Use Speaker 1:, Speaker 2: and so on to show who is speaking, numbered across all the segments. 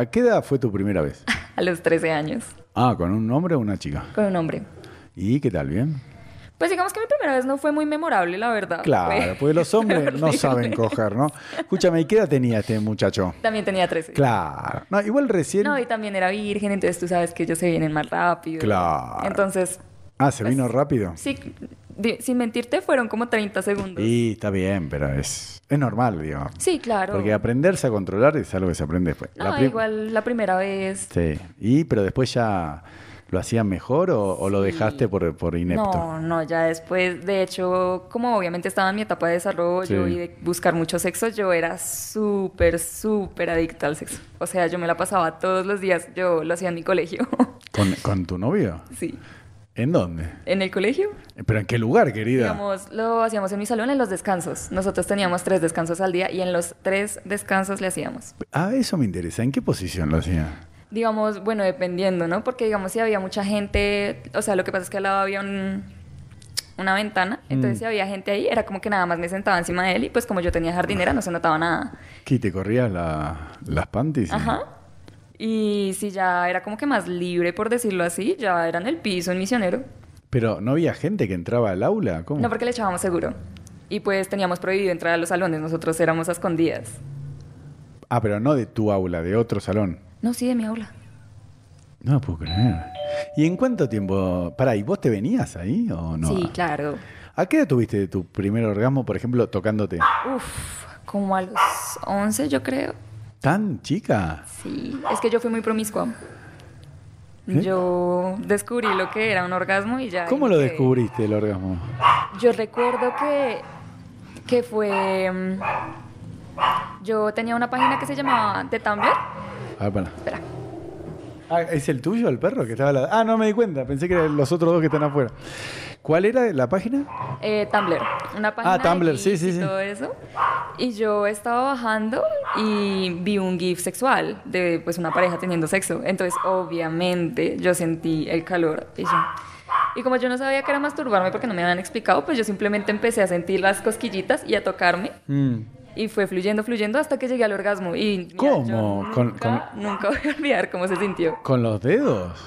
Speaker 1: ¿A qué edad fue tu primera vez?
Speaker 2: a los 13 años,
Speaker 1: Ah, ¿con un hombre o una chica?
Speaker 2: con un hombre.
Speaker 1: ¿Y qué tal? ¿Bien?
Speaker 2: Pues digamos que mi primera vez no fue muy memorable, la verdad.
Speaker 1: Claro,
Speaker 2: Ah, Fue-
Speaker 1: porque los hombres no
Speaker 2: horrible.
Speaker 1: saben coger, ¿no? Escúchame, ¿y qué edad tenía este muchacho?
Speaker 2: También tenía 13.
Speaker 1: Claro. No, igual recién...
Speaker 2: No, y también era virgen, entonces tú sabes que ellos se vienen más rápido.
Speaker 1: Claro.
Speaker 2: Entonces,
Speaker 1: ah, ¿se vino rápido?
Speaker 2: sí, di- sin mentirte, fueron como 30 segundos.
Speaker 1: Y está bien, pero es, es normal, digo.
Speaker 2: Sí, claro.
Speaker 1: Porque aprenderse a controlar es algo que se aprende después.
Speaker 2: No,
Speaker 1: La prim-
Speaker 2: igual la primera vez.
Speaker 1: Sí. ¿Y pero después ya lo hacían mejor o, o lo dejaste por, por inepto?
Speaker 2: No, no, ya después, de hecho, como obviamente estaba en mi etapa de desarrollo
Speaker 1: Sí.
Speaker 2: y de buscar mucho sexo, yo era súper, súper adicta al sexo. O sea, yo me la pasaba todos los días, yo lo hacía en mi colegio.
Speaker 1: ¿Con, con tu novio?
Speaker 2: sí,
Speaker 1: ¿En dónde?
Speaker 2: en el colegio.
Speaker 1: ¿Pero en qué lugar, querida?
Speaker 2: Digamos, lo hacíamos en mi salón en los descansos. Nosotros teníamos tres descansos al día y en los tres descansos le hacíamos.
Speaker 1: Ah, eso me interesa. ¿En qué posición lo hacía?
Speaker 2: Digamos, bueno, dependiendo, ¿no? Porque, digamos, si había mucha gente, o sea, lo que pasa es que al lado había un- una ventana,
Speaker 1: Mm.
Speaker 2: entonces si había gente ahí, era como que nada más me sentaba encima de él y pues como yo tenía jardinera, no se notaba nada.
Speaker 1: ¿Qué te corrías la- las panties?
Speaker 2: Ajá. Y si ya era como que más libre, por decirlo así, ya era en el piso, en misionero.
Speaker 1: Pero no había gente que entraba al aula, ¿cómo?
Speaker 2: No, porque le echábamos seguro. Y pues teníamos prohibido entrar a los salones, nosotros éramos a escondidas.
Speaker 1: Ah, pero no de tu aula, de otro salón.
Speaker 2: No, sí, de mi aula.
Speaker 1: No lo puedo creer. ¿Y en cuánto tiempo? Pará, ¿y vos te venías ahí o no?
Speaker 2: Sí, claro.
Speaker 1: ¿A qué edad tuviste tu primer orgasmo, por ejemplo, tocándote?
Speaker 2: Uf, como a los 11 yo creo.
Speaker 1: ¿Tan chica?
Speaker 2: Sí, es que yo fui muy promiscua.
Speaker 1: ¿Eh?
Speaker 2: Yo descubrí lo que era un orgasmo y ya...
Speaker 1: ¿Cómo
Speaker 2: ahí
Speaker 1: lo
Speaker 2: me quedé.
Speaker 1: descubriste el orgasmo?
Speaker 2: Yo recuerdo que, que fue... mm, Yo tenía una página que se llamaba The Tumblr.
Speaker 1: A ver, pará.
Speaker 2: Espera.
Speaker 1: Ah, ¿Es el tuyo el perro que estaba al lado? Ah, no me di cuenta, pensé que eran los otros dos que están afuera. ¿Cuál era la página?
Speaker 2: Eh, Tumblr, una página de
Speaker 1: Ah, Tumblr, sí,
Speaker 2: GIFs
Speaker 1: sí,
Speaker 2: y
Speaker 1: sí.
Speaker 2: todo eso. Y yo estaba bajando y vi un GIF sexual de pues una pareja teniendo sexo. Entonces, obviamente, yo sentí el calor y yo- Y como yo no sabía que era masturbarme porque no me habían explicado, pues yo simplemente empecé a sentir las cosquillitas y a tocarme.
Speaker 1: Mm.
Speaker 2: Y fue fluyendo, fluyendo hasta que llegué al orgasmo. Y mira, yo
Speaker 1: ¿Cómo?
Speaker 2: nunca,
Speaker 1: Con-
Speaker 2: nunca voy a olvidar cómo se sintió.
Speaker 1: ¿Con los dedos?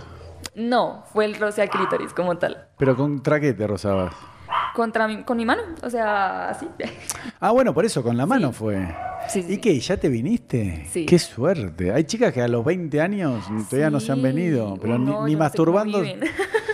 Speaker 2: No, fue el roce al clítoris como tal.
Speaker 1: ¿Pero contra qué te rozabas?
Speaker 2: Contra mi- con mi mano, o sea, así.
Speaker 1: Ah, bueno, por eso, con la mano fue.
Speaker 2: Sí, sí,
Speaker 1: ¿Y qué? ¿Ya te viniste?
Speaker 2: Sí.
Speaker 1: Qué suerte. Hay chicas que a los 20 años todavía no se han
Speaker 2: Sí,
Speaker 1: venido, pero ni, ni
Speaker 2: no, yo no sé cómo
Speaker 1: masturbando.
Speaker 2: viven.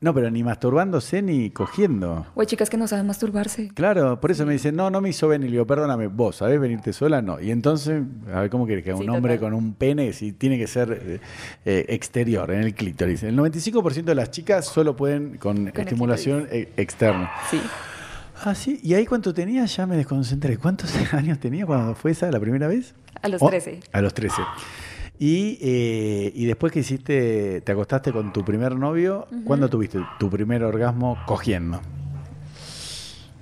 Speaker 1: No, pero ni masturbándose ni cogiendo.
Speaker 2: O hay chicas que no saben masturbarse.
Speaker 1: Claro, por eso me dicen, no, no me hizo venir. Le digo, perdóname, vos, ¿sabés venirte sola? No. Y entonces, a ver, ¿cómo querés que haga
Speaker 2: Sí,
Speaker 1: un hombre
Speaker 2: total.
Speaker 1: con un pene si tiene que ser eh, eh, exterior, en el clítoris? El 95% de las chicas solo pueden con,
Speaker 2: el
Speaker 1: estimulación e- externa.
Speaker 2: Sí.
Speaker 1: Ah, sí. ¿Y ahí cuánto tenía? Ya me desconcentré. ¿Cuántos años tenía cuando fue esa la primera vez?
Speaker 2: A los
Speaker 1: Oh,
Speaker 2: 13.
Speaker 1: a los 13. Y, eh, y después que hiciste, te acostaste con tu primer novio, ¿cuándo tuviste tu primer orgasmo cogiendo?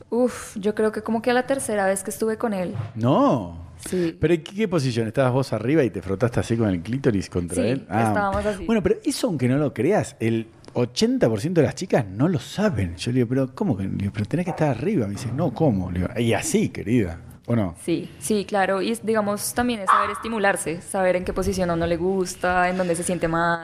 Speaker 2: Uf, yo creo que como que a la tercera vez que estuve con él.
Speaker 1: No.
Speaker 2: Sí.
Speaker 1: ¿Pero en qué, qué posición? ¿Estabas vos arriba y te frotaste así con el clítoris contra
Speaker 2: Sí,
Speaker 1: él? Ah,
Speaker 2: estábamos así.
Speaker 1: Bueno, pero eso aunque no lo creas, el 80% de las chicas no lo saben. Yo le digo, pero ¿cómo? que no? Le digo, pero tenés que estar arriba. Me dice, no, ¿cómo? Le digo, y así, querida. ¿O no?
Speaker 2: Sí, sí, claro. Y es- digamos, también es saber estimularse, saber en qué posición a uno le gusta, en dónde se siente más.